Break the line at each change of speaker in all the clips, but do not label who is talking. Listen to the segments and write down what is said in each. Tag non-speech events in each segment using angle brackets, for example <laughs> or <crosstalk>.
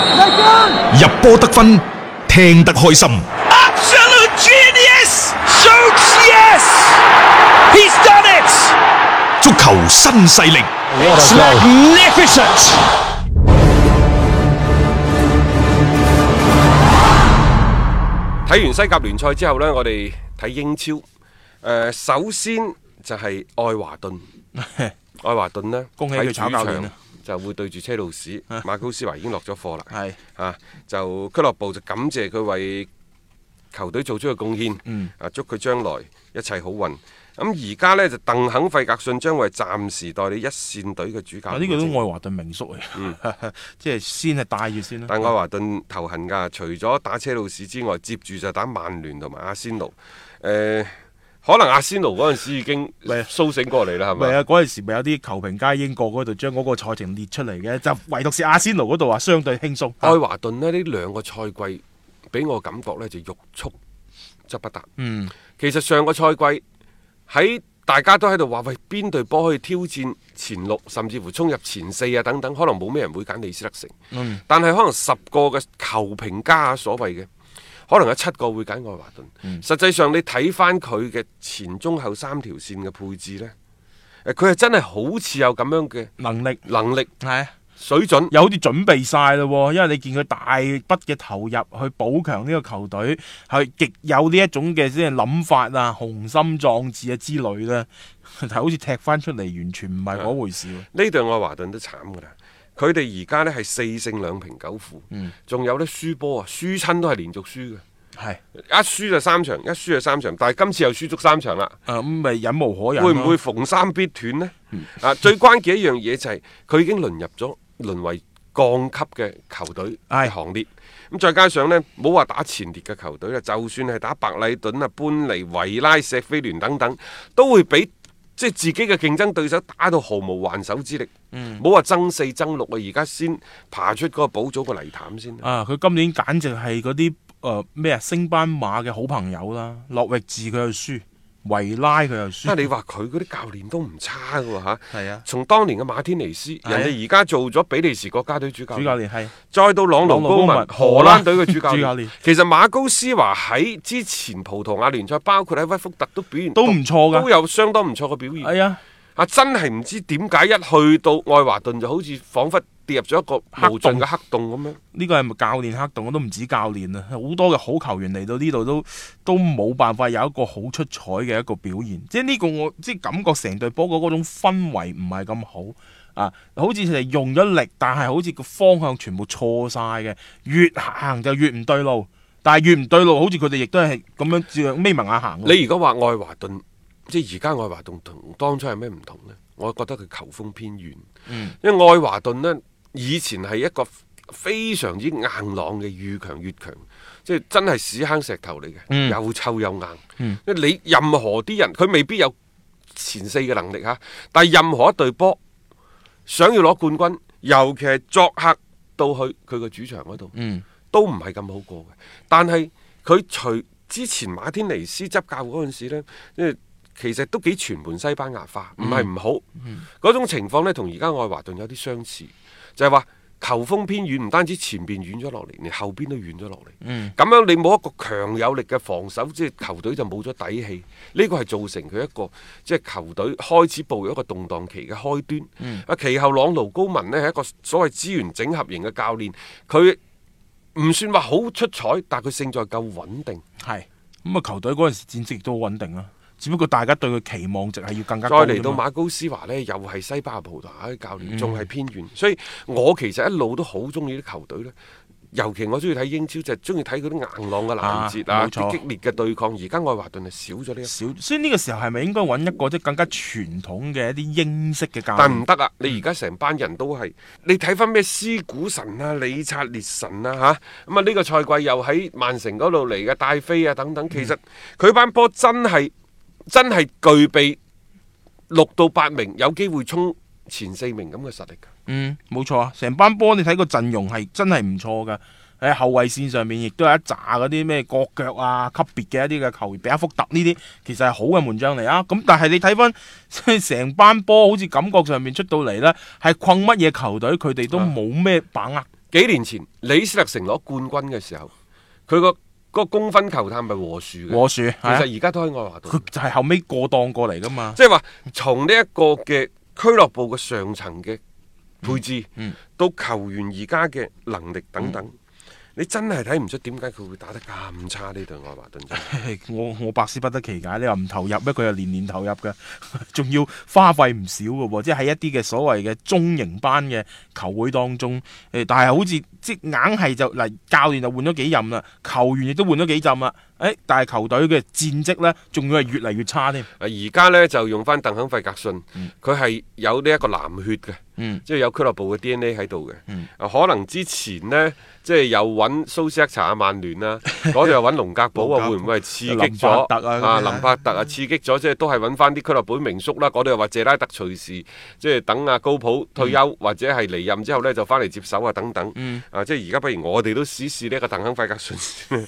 on!
入波得分，聽得開心。
Absolute genius! Shoots yes! He's done it!
足球新勢力，
It's magnificent!
睇完西甲聯賽之後呢，我哋睇英超。誒、首先就係愛華
<laughs>
頓，愛華頓呢，
恭喜
喺
佢
主
炒教練啊
場就會對住車
<laughs>
路士，馬高斯華已經落咗課啦。
係
啊，就俱樂部就感謝佢為球隊做出嘅貢獻。
嗯
啊，祝佢將來一切好運。咁而家呢，就鄧肯費格遜將會係暫時代理一線隊嘅主教
啊呢
練。
個都愛華頓名宿嚟， <laughs> 即係先係帶住先啦。
但愛華頓頭痕㗎，除咗打車路士之外，接住就打曼聯同埋阿仙奴。誒、可能阿仙奴嗰陣時已經
咪啊
甦醒過嚟啦，係
咪
咪？
啊！嗰陣時咪有啲球評家喺英國嗰度將嗰個賽程列出嚟嘅，就唯獨是阿仙奴嗰度話啊相對輕鬆。
愛華頓呢，呢兩個賽季俾我感覺呢就欲速則不達。
嗯，
其實上個賽季喺大家都喺度話喂，邊隊波可以挑戰前六，甚至乎衝入前四啊等等，可能冇咩人會揀李斯特城。但係可能十個嘅球評家啊所謂嘅，可能有七個會揀愛華頓。實際上你睇翻佢嘅前中後三條線嘅配置呢，誒佢係真係好似有咁樣嘅
能力
能力
係啊
水準。
有啲準備晒咯喎，因為你見佢大筆嘅投入去補強呢個球隊，係極有呢一種嘅即係諗法啊、雄心壯志啊之類咧， <laughs> 但係好似踢翻出嚟完全唔係嗰回事喎。
呢隊愛華頓都慘㗎啦。佢哋而家呢係四勝兩平九負，仲、有呢輸波啊，輸親都係連續輸嘅。
係
一輸就三場，一輸就三場，但係今次又輸足三場啦，
啊誒咁咪忍無可忍咯。嗯
會唔會逢三必斷呢？啊，最關鍵一樣嘢就係、佢已經淪入咗淪為降級嘅球隊
係
行列，咁再加上呢，冇話打前列嘅球隊啦，就算係打白禮頓啊、搬尼、維拉、石飛聯等等，都會俾即係自己嘅競爭對手打到毫無還手之力。
嗯
冇話爭四爭六啊，而家先爬出嗰個保組個泥潭先。
啊！佢今年簡直係嗰啲誒咩啊，升班馬嘅好朋友啦。諾域治佢又輸，維拉佢又
啊！
輸，
你話佢嗰啲教練都唔差嘅喎嚇，
係啊
從當年嘅馬天尼斯，
係啊
人哋而家做咗比利時國家隊主教
主教
練，
練係
再到朗奴高
朗奴高
文
文
荷蘭隊嘅主教
主教練
練。其實馬高斯華喺之前葡萄牙聯賽，包括喺屈福特都表現
都唔錯
都
㗎。
有相當唔錯嘅表現。
係啊，
啊，真係唔知點解一去到愛華頓就好似彷彿跌入咗一個無盡嘅黑洞咁樣。
呢個係咪教練黑洞？我都唔止教練啊，好多嘅好球員嚟到呢度都都冇辦法有一個好出彩嘅一個表現。即係呢個我即係感覺成隊波嗰種氛圍唔係咁好。啊，好似係用咗力，但係好似個方向全部錯晒嘅，越行就越唔對路。但係越唔對路，好似佢哋亦都係咁樣照樣眯埋眼行喎。
你如果話愛華頓，即係而家愛華頓同當初係咩唔同呢？我覺得佢球風偏軟，因為愛華頓呢，以前係一個非常之硬朗嘅越強越強，即係真係屎坑石頭嚟嘅，又臭又硬。因為你任何啲人，佢未必有前四嘅能力嚇，但係任何一隊波想要攞冠軍，尤其係作客到去佢個主場嗰度，都唔係咁好過嘅。但係佢除之前馬天尼斯執教嗰陣時咧，即係其實都幾全盤西班牙化，唔係唔好。嗰、種情況呢，同而家愛華頓有啲相似，就係、話。球風偏軟，唔單止前邊軟咗落嚟，連後邊都軟咗落嚟。咁、樣你冇一個強有力嘅防守，即係球隊就冇咗底氣。呢個係造成佢一個即係球隊開始步入一個動盪期嘅開端。啊、其後朗奴高文呢係一個所謂資源整合型嘅教練，佢唔算話好出彩，但佢勝在夠穩定。
係咁啊，球隊嗰陣時戰績亦都好穩定啦。只不過大家對佢期望值係要更加
再
高
嚟到
啫嘛嗯
馬高斯華呢，又係西班牙葡萄牙嘅教練，仲係偏遠。所以我其實一路都好中意啲球隊呢。尤其我中意睇英超，就係中意睇嗰啲硬朗嘅攔截啊，
啊冇錯
啲激烈嘅對抗。而家愛華頓係少咗呢一
少，所以呢個時候係咪應該揾一個即係更加傳統嘅一啲英式嘅教
但唔
練？
得啊！你而家成班人都係，你睇翻咩斯古神啊、理察列神啊吓，咁啊呢個賽季又喺曼城嗰度嚟嘅戴飛啊等
嗯
等，其實佢班波真係真係具備六到八名有機會衝前四名咁嘅實力㗎。
嗯，冇錯啊！成班波你睇個陣容係真係唔錯㗎。喺後衞線上面亦都有一紮嗰啲咩國腳啊級別嘅一啲嘅球員，比阿福特呢啲其實係好嘅門將嚟啊。咁但係你睇翻即係 <laughs> 成
啊
班波，好似感覺上面出到嚟呢，係困乜嘢球隊，佢哋都冇咩把握
幾年前李斯特城攞冠軍嘅時候，佢個嗰個公分球探咪和樹嘅，
和樹係
其
啊
實而家都喺愛華
佢
頓，
就係後尾過檔過嚟噶嘛。
即係話從呢一個嘅俱樂部嘅上層嘅配置，
嗯
到球員而家嘅能力等等，你真係睇唔出點解佢會打得咁差呢隊愛華頓真係。
我我百思不得其解，你話唔投入咩？佢又年年投入嘅， <laughs> 仲要花費唔少嘅喎。即係喺一啲嘅所謂嘅中型班嘅球會當中，誒、但係好似即係硬係就嗱，教練就換咗幾任啦，球員亦都換咗幾陣啦。誒、但係球隊嘅戰績呢，仲要係越嚟越差添。
啊而家呢，就用翻鄧肯費格遜
嗯，
佢係有呢一個藍血嘅，
嗯
即係有俱樂部嘅 DNA 喺度嘅。
嗯
啊可能之前呢，即係又揾蘇斯克查啊、曼
<laughs>
聯啦，嗰度又揾龍格堡
龍格
啊，
堡
會唔會係刺激
林
咗
伯特啊咁樣
林伯特啊，刺激咗，即係都係揾翻啲俱樂部名宿啦。嗰度又話謝拉特隨時即係等阿高普退休、或者係離任之後呢，就翻嚟接手啊等等。
嗯
啊，即係而家不如我哋都試試呢一個鄧肯費格遜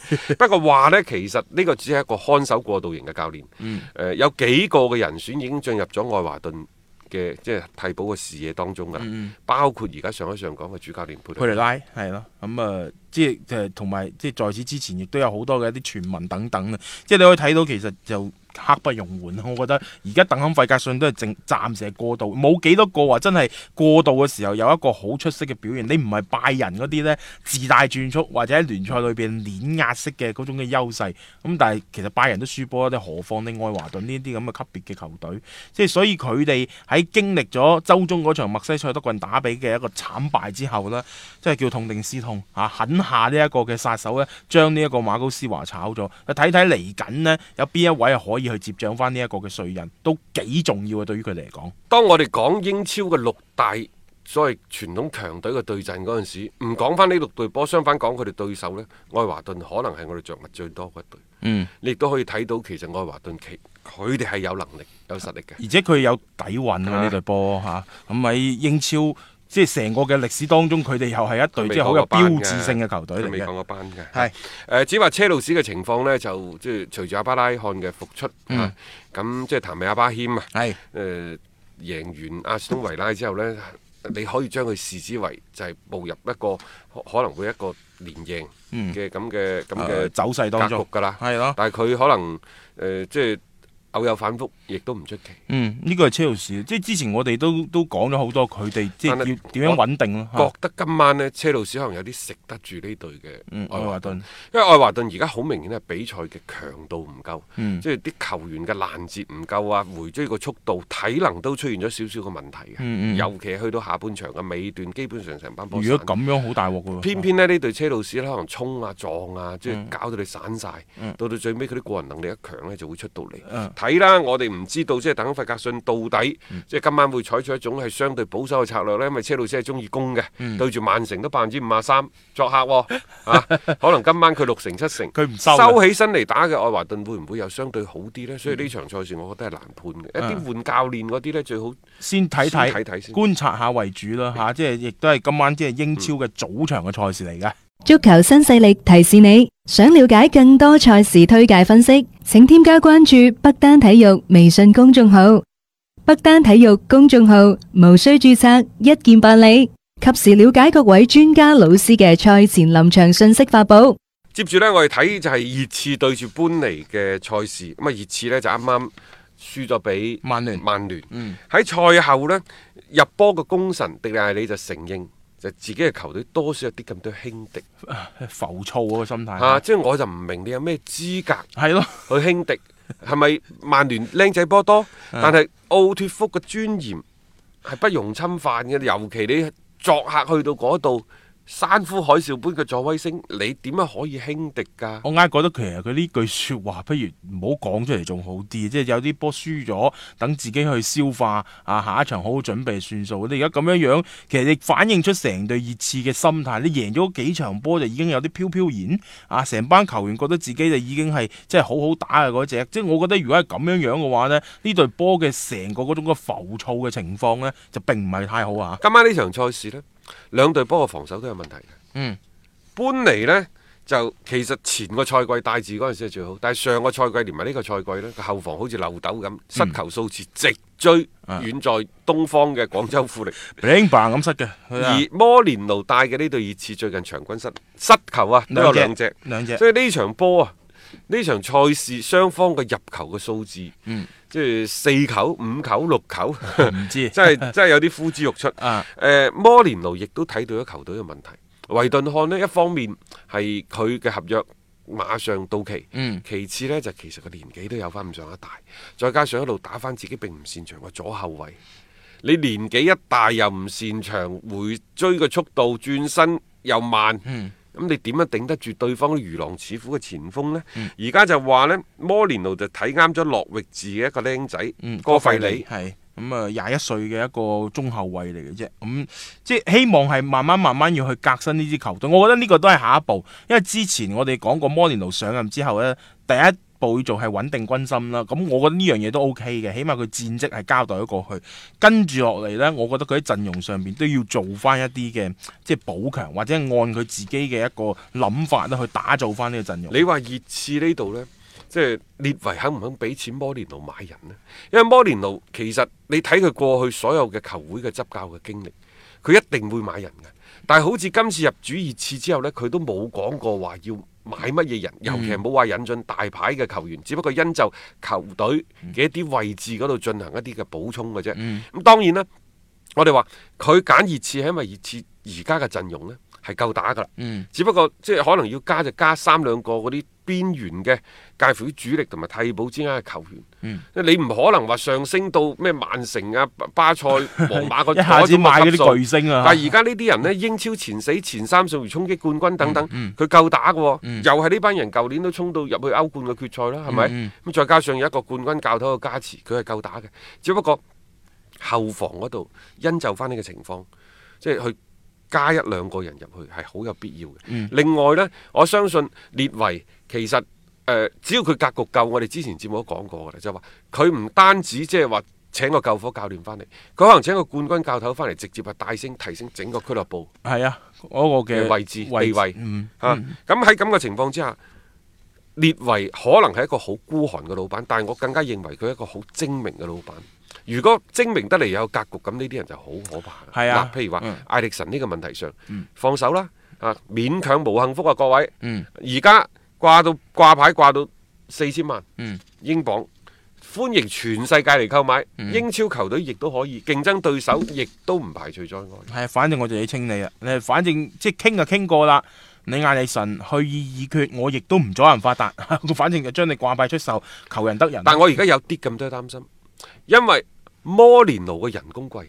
<laughs>
先。不過話呢，其實呢個只係一個看守過渡型嘅教練。
嗯
誒、有幾個嘅人選已經進入咗愛華頓嘅即係替補嘅視野當中㗎啦，
嗯
包括而家上一上講嘅主教練佩
佩雷
雷
拉係咯，咁啊，即係誒同埋即係在此之前，亦都有好多嘅一啲傳聞等等啊，即係你可以睇到其實就刻不容緩啊。我覺得而家鄧肯費格遜都係正暫時係過渡，冇幾多個話真係過渡嘅時候有一個好出色嘅表現。你唔係拜仁嗰啲呢，自帶轉速或者喺聯賽裏邊碾壓式嘅嗰種嘅優勢，咁但係其實拜仁都輸波啦，你何況你愛華頓呢啲咁嘅級別嘅球隊，即係所以佢哋喺經歷咗周中嗰場墨西塞德郡打比嘅一個慘敗之後呢。即係叫痛定思痛嚇，狠下呢一個嘅殺手咧，將呢一個馬高斯華炒咗。睇睇嚟緊呢，有邊一位係可以去接掌翻呢一個嘅帥印，都幾重要嘅啊對於佢哋嚟講。
當我哋講英超嘅六大所謂傳統強隊嘅對陣嗰陣時，唔講翻呢六隊波，相反講佢哋對手呢，愛華頓可能係我哋着物最多嘅一隊。
嗯，
你亦都可以睇到，其實愛華頓其佢哋係有能力、有實力嘅。
而且佢有底蘊啊嘛
啊
呢隊波嚇，咁喺英超即係成個嘅歷史當中，佢哋又係一隊
佢
即係好
未降過
有
班
標誌性嘅球隊
佢未
嚟
降
嘅。
過班嘅。
係
誒，只話車路士嘅情況呢，就即係隨住阿巴拉漢嘅復出，
嗯
啊咁即係譚美阿巴謙啊。
係
誒、贏完阿斯通維拉之後呢，你可以將佢視之為就係步入一個可可能會一個連贏
嗯
嘅咁嘅咁
誒
嘅
走勢當
格
中啊
局㗎啦。
係咯。
但係佢可能誒、呃即係偶有反覆，亦都唔出奇。
嗯，呢個係車路士，即係之前我哋都都講咗好多佢哋即係
但係
要點樣穩定咯。嚇
覺得今晚呢，車路士可能有啲食得住呢隊
嗯
嘅
愛
愛華
華
頓，
頓，
因為愛華頓而家好明顯係比賽嘅強度唔夠，
嗯
即係啲球員嘅攔截唔夠啊，回追個速度、體能都出現咗少少嘅問題嘅，
嗯嗯
尤其係去到下半場嘅尾段，基本上成班波
如
散
果咁樣好大鑊嘅喎。
偏偏咧呢隊車路士咧可能衝啊撞啊，即
嗯
係搞到你散晒，
嗯
到到最尾佢啲個人能力一強呢，就會出到嚟。
嗯
睇啦，我哋唔知道即係等費格遜到底，即係今晚會採取一種係相對保守嘅策略呢，因為車路士係中意攻嘅，
嗯
對住曼城都百分之五啊三作客
<laughs>
喎、啊可能今晚佢六成七成，
佢唔收嘅
起身嚟打嘅愛華頓會唔會又相對好啲呢？所以呢場賽事我覺得係難判嘅，
嗯
一啲換教練嗰啲呢，最好。
先睇睇，
先睇睇先嗯
觀察下為主啦吓、即係亦都係今晚即係英超嘅早場嘅賽事嚟嘅。
足球新勢力提示你，想了解更多賽事推介分析，請添加關注北單體育微信公眾號。北單體育公眾號無需註冊，一鍵辦理，及時了解各位專家老師嘅賽前臨場信息發布。
接住呢，我哋睇就係熱刺對住搬尼嘅賽事，咁啊熱刺呢，就啱啱輸咗俾
曼聯
曼聯
嗯
喺賽後呢，入波嘅功臣迪利艾里就承認，就自己嘅球隊多少有啲咁多輕敵
浮躁嗰個心態
啊！
嚇，
即係我就唔明你有咩資格
係咯、
去輕敵，係咪曼聯靚仔波多？但係奧脱福嘅尊嚴係不容侵犯嘅，尤其你作客去到嗰度山呼海嘯般嘅助威聲，你點樣可以輕敵㗎？
我硬覺得其實佢呢句説話，不如唔好講出嚟仲好啲，即係有啲波輸咗，等自己去消化啊，下一場好好準備算數。你而家咁樣樣，其實你反映出成隊熱刺嘅心態。你贏咗幾場波就已經有啲飄飄然啊，成班球員覺得自己就已經係即係好好打啊嘅嗰只。即係我覺得如果係咁樣樣嘅話呢，呢隊波嘅成個嗰種嘅浮躁嘅情況呢，就並唔係太好啊。
今晚呢場賽事呢，兩隊波嘅防守都有問題嘅。
嗯，
搬尼呢，就其實前個賽季帶字嗰陣時係最好，但係上個賽季連埋呢個賽季呢，個後防好似漏斗
嗯
咁，失球數字直追
啊
遠在東方嘅廣州富力。
bling bang 咁塞嘅，佢啊
而摩連奴帶嘅呢隊熱刺最近場均失失球啊，都有兩隻，
兩隻
所以呢場波啊，呢場賽事雙方嘅入球嘅數字，嗯、即係四球、五球、六球，
唔
<laughs>
知
真
<laughs>
係真係有啲呼之欲出。
啊
誒摩連奴亦都睇到咗球隊嘅問題。維頓漢呢，一方面係佢嘅合約馬上到期，
嗯
其次呢，就其實個年紀都有翻咁上下大，再加上一路打翻自己並唔擅長嘅左後衞，你年紀一大又唔擅長回追嘅速度，轉身又慢。
嗯
咁你點樣頂得住對方啲如狼似虎嘅前鋒呢？
嗯
而家、就話呢，摩連奴就睇啱咗諾域治嘅一個僆仔，
嗯，
哥費里。
係咁啊，廿一歲嘅一個中後衞嚟嘅啫，咁、即係希望係慢慢慢慢要去革新呢支球隊。我覺得呢個都係下一步，因為之前我哋講過摩連奴上任之後呢，第一步要做係穩定軍心啦。咁我覺得呢樣嘢都 O K 嘅，起碼佢戰績係交代咗過去。跟住落嚟呢，我覺得佢喺陣容上面都要做翻一啲嘅即係補強，或者係按佢自己嘅一個諗法咧去打造翻呢個陣容。
你話熱刺呢度呢，即係列維肯唔肯俾錢摩連奴買人呢？因為摩連奴其實你睇佢過去所有嘅球會嘅執教嘅經歷，佢一定會買人嘅。但係好似今次入主熱刺之後呢，佢都冇講過話要買乜嘢
嗯
人，尤其係冇話引進大牌嘅球員，只不過因就球隊嘅一啲位置嗰度進行一啲嘅補充嘅啫。咁、
嗯
當然啦，我哋話佢揀熱刺係因為熱刺而家嘅陣容呢係夠打㗎啦。
嗯
只不過即係可能要加就加三兩個嗰啲邊緣嘅介乎於主力同埋替補之間嘅球員。
嗯
你唔可能話上升到咩曼城啊、巴
<laughs>
巴塞、皇馬嗰
一下子買嗰啲巨
星。
星啊！
但係而家呢啲人呢，英超前四、前三甚至衝擊冠軍等等，佢、夠打嘅喎、又係呢班人舊年都衝到入去歐冠嘅決賽啦，係咪？咁、再加上有一個冠軍教頭嘅加持，佢係夠打嘅。只不過後防嗰度因就翻呢個情況，即係去加一兩個人入去係好有必要嘅。另外呢，我相信列維其實誒、呃只要佢格局夠，我哋之前節目都講過㗎啦，就係話佢唔單止即係話。請個救火教練翻嚟，佢可能請個冠軍教頭翻嚟，直接係帶升提升整個俱樂部
係啊，嗰、個
嘅
嘅
位置地位
嗯，
嚇。咁喺咁嘅情況之下，列維可能係一個好孤寒嘅老闆，但係我更加認為佢係一個好精明嘅老闆。如果精明得嚟有格局，咁呢啲人就好可怕
係
㗎。
啊
嗱，譬如話
嗯
艾力神呢個問題上，放手啦，啊，勉強無幸福啊，各位。
嗯
而家掛到掛牌掛到四千萬
嗯
英鎊，歡迎全世界嚟購買。
嗯
英超球隊亦都可以，競爭對手亦都唔排除在外。
係，反正我就要清啊你啦。你反正即係傾就傾過啦。你艾力神去意已決，我亦都唔阻人發達。 <laughs> 我反正就將你掛牌出售，求人得人。
但我而家有啲咁多擔心，因為摩連奴嘅人工貴，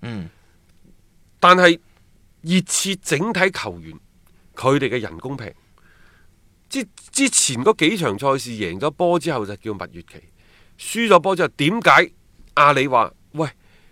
嗯
但係熱刺整體球員佢哋嘅人工平。之之前嗰幾場賽事贏咗波之後就叫蜜月期，輸咗波之後點解阿里話喂？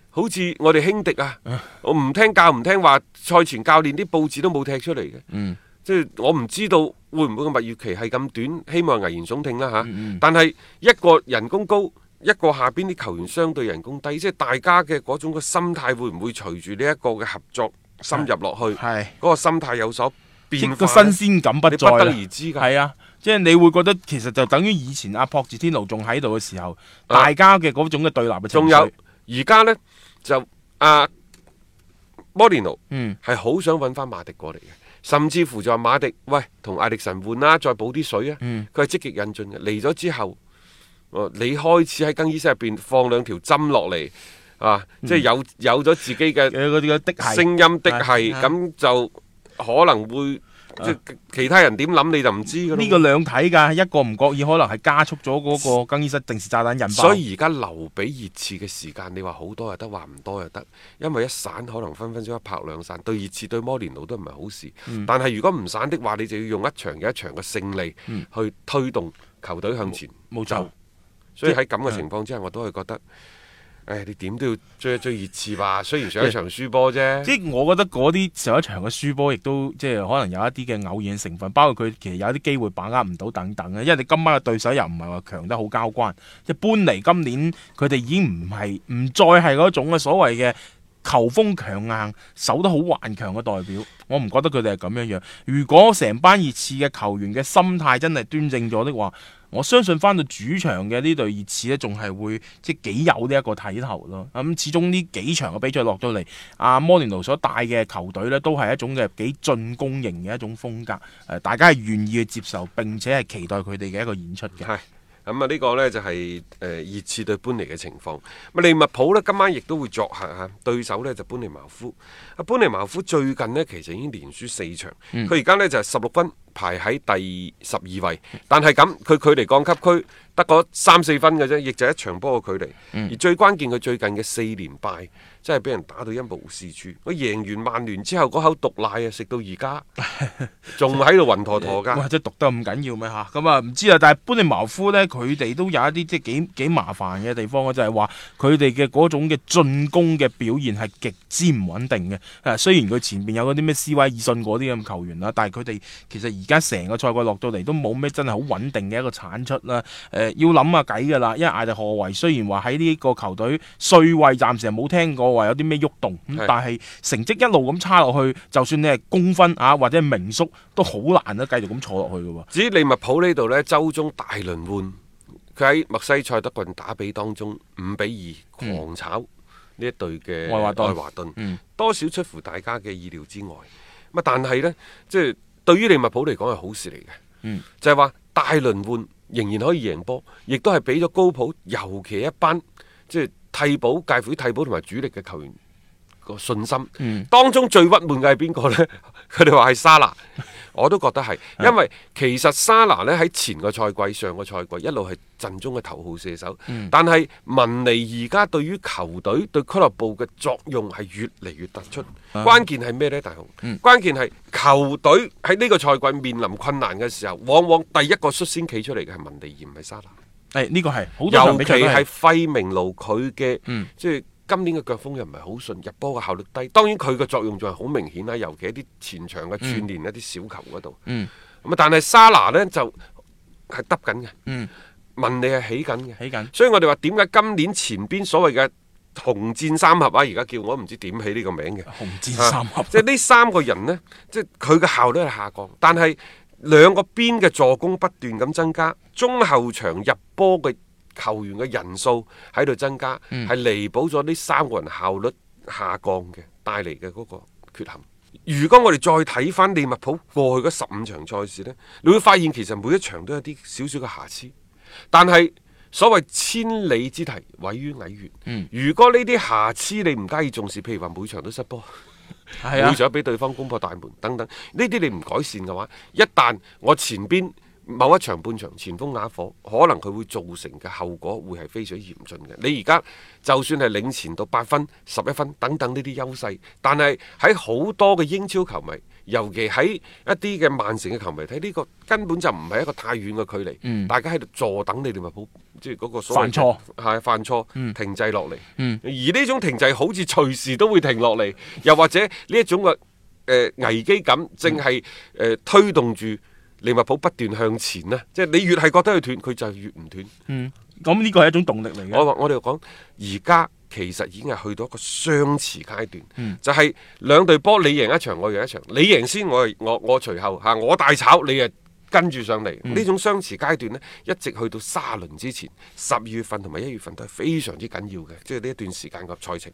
好似我哋輕敵啊！我唔聽教唔聽話，賽前教練啲報紙都冇踢出嚟嘅。
嗯
即係我唔知道會唔會個蜜月期係咁短，希望係危言聳聽啦嚇。
嗯
但係一個人工高，一個下邊啲球員相對人工低，即係大家嘅嗰種嘅心態會唔會隨住呢一個嘅合作深入落去，
係
嗰個心態有所
即
變
個
化
新鮮
呢？
感不
你
再
不得
啦。
而知㗎。
係啊，即係你會覺得其實就等於以前阿博治天奴仲喺度嘅時候，
啊
大家嘅嗰種嘅對立嘅情緒
仲有而家呢，就阿摩連奴
嗯
係好想揾翻馬迪過嚟嘅，甚至乎就話馬迪喂同艾力神換啦，再補啲水啊。
嗯
佢係積極引進嘅，嚟咗之後，哦你開始喺更衣室入邊放兩條針落嚟啊，即係有有咗自己嘅
嘅嗰啲嘅的嗯係
聲音的係，
係啊
咁就可能會即係其他人點諗你就唔知㗎咯
呢個兩睇㗎，一個唔覺意可能係加速咗嗰個更衣室定時炸彈引爆。
所以而家留俾熱刺嘅時間，你話好多又得，話唔多又得，因為一散可能分分鐘一拍兩散，對熱刺對摩連奴都唔係好事。但係如果唔散的話，你就要用一場嘅一場嘅勝利去推動球隊向前。
冇錯。
所以喺咁嘅情況之下，我都係覺得，唉，你點都要追一追熱刺吧。雖然上一場輸波啫，
即係我覺得嗰啲上一場嘅輸波，亦都即係可能有一啲嘅偶然成分，包括佢其實有啲機會把握唔到等等嘅，因為你今晚嘅對手又唔係話強得好交關，一般嚟今年佢哋已經唔係唔再係嗰種嘅所謂嘅球風強硬、守得好頑強嘅代表，我唔覺得佢哋係咁樣樣。如果成班熱刺嘅球員嘅心態真係端正咗的話，我相信翻到主場嘅呢隊熱刺呢，仲係會即係幾有呢一個睇頭咯。咁、始終呢幾場嘅比賽落到嚟，阿啊摩連奴所帶嘅球隊呢，都係一種嘅幾進攻型嘅一種風格。誒、大家係願意去接受並且係期待佢哋嘅一個演出嘅。
係咁啊，呢個呢就係誒熱刺對搬嚟嘅情況。咁啊利物浦呢，今晚亦都會作客嚇，對手呢就搬尼茅夫。啊，搬尼茅夫最近呢，其實已經連輸四場，佢而家呢就係十六分排喺第十二位，但係咁佢距離降級區得嗰三四分嘅啫，亦就係一場波嘅距離。而最關鍵佢最近嘅四連敗，真係俾人打到一無是處。佢贏完曼聯之後嗰口毒奶啊，食到而家仲喺度暈陀陀㗎。
哇！真係讀得咁緊要咩嚇？咁啊唔知啊，但係般尼茅夫呢，佢哋都有一啲即係幾幾麻煩嘅地方嘅，就係話佢哋嘅嗰種嘅進攻嘅表現係極之唔穩定嘅。誒，雖然佢前邊有嗰啲咩斯威爾信嗰啲咁球員啦，但係佢哋其實而家成個賽季落到嚟都冇咩真係好穩定嘅一個產出啦。誒、呃要諗下計㗎啦，因為艾迪何維雖然話喺呢個球隊帥位暫時係冇聽過話有啲咩喐動，咁
係
但係成績一路咁差落去，就算你係公分啊或者係名宿，都好難咧繼續咁坐落去嘅喎。
至於利物浦呢度呢，周中大輪換，佢喺墨西塞德郡打比當中五比二狂炒呢一隊嘅
愛華頓
頓
嗯
多少出乎大家嘅意料之外。咁啊，但係呢，即係對於利物浦嚟講係好事嚟嘅，
嗯
就係話大輪換仍然可以贏波，亦都係俾咗高普，尤其一班即係替補、介乎於替補同埋主力嘅球員個信心。
嗯
當中最鬱悶嘅係邊個呢？ <laughs> 佢哋話係沙拿，我都覺得係，因為其實沙拿呢喺前個賽季、上個賽季一路係陣中嘅頭號射手，但係文尼而家對於球隊、對俱樂部嘅作用係越嚟越突出。關鍵係咩呢？大雄，關鍵係球隊喺呢個賽季面臨困難嘅時候，往往第一個率先企出嚟嘅係文尼，而唔係沙拿。
誒呢個係好多場
尤
比
其
賽都
係
係
費明路佢嘅
嗯，
即係今年嘅腳風又唔係好順，入波嘅效率低。當然佢嘅作用仲係好明顯啦，尤其一啲前場嘅串連一啲小球嗰度。
嗯
咁啊，但係沙拿呢就係得緊嘅，
嗯
文利係起緊嘅。
起緊。
所以我哋話點解今年前邊所謂嘅紅箭三合啊，而家叫我都唔知點起呢個名嘅。
紅箭三合
啊， <laughs> 即係呢三個人呢，即係佢嘅效率係下降，但係兩個邊嘅助攻不斷咁增加，中後場入波嘅球員嘅人數喺度增加，係、彌補咗呢三個人效率下降嘅帶嚟嘅嗰個缺陷。如果我哋再睇翻利物浦過去嗰十五場賽事呢，你會發現其實每一場都有啲少少嘅瑕疵，但係所謂千里之堤，毀於蟻穴。如果呢啲瑕疵你唔加以重視，譬如話每場都失波。
係啊
會，咗俾對方攻破大門等等，呢啲你唔改善嘅話，一旦我前邊某一場半場前鋒啞火，可能佢會造成嘅後果會係非常嚴峻嘅。你而家就算係領前到八分、十一分等等呢啲優勢，但係喺好多嘅英超球迷，尤其喺一啲嘅曼城嘅球迷睇呢個根本就唔係一個太遠嘅距離，
嗯
大家喺度坐等你利物浦即係嗰個所謂
犯錯
係犯錯、停滯落嚟。
嗯
而呢種停滯好似隨時都會停落嚟，又或者呢一種嘅誒、呃危機感，正係誒、
嗯
呃推動住利物浦不斷向前啦。即係你越係覺得佢斷，佢就越唔斷。
嗯，咁呢個係一種動力嚟嘅。
我話我哋講，而家其實已經係去到一個相持階段，
嗯
就係兩隊波你贏一場，我贏一場，你贏先，我我我隨後嚇，我大炒你啊！跟住上嚟
嗯
呢、種相持階段呢，一直去到沙輪之前，十二月份同埋一月份都係非常之緊要嘅，即係呢一段時間嘅賽程。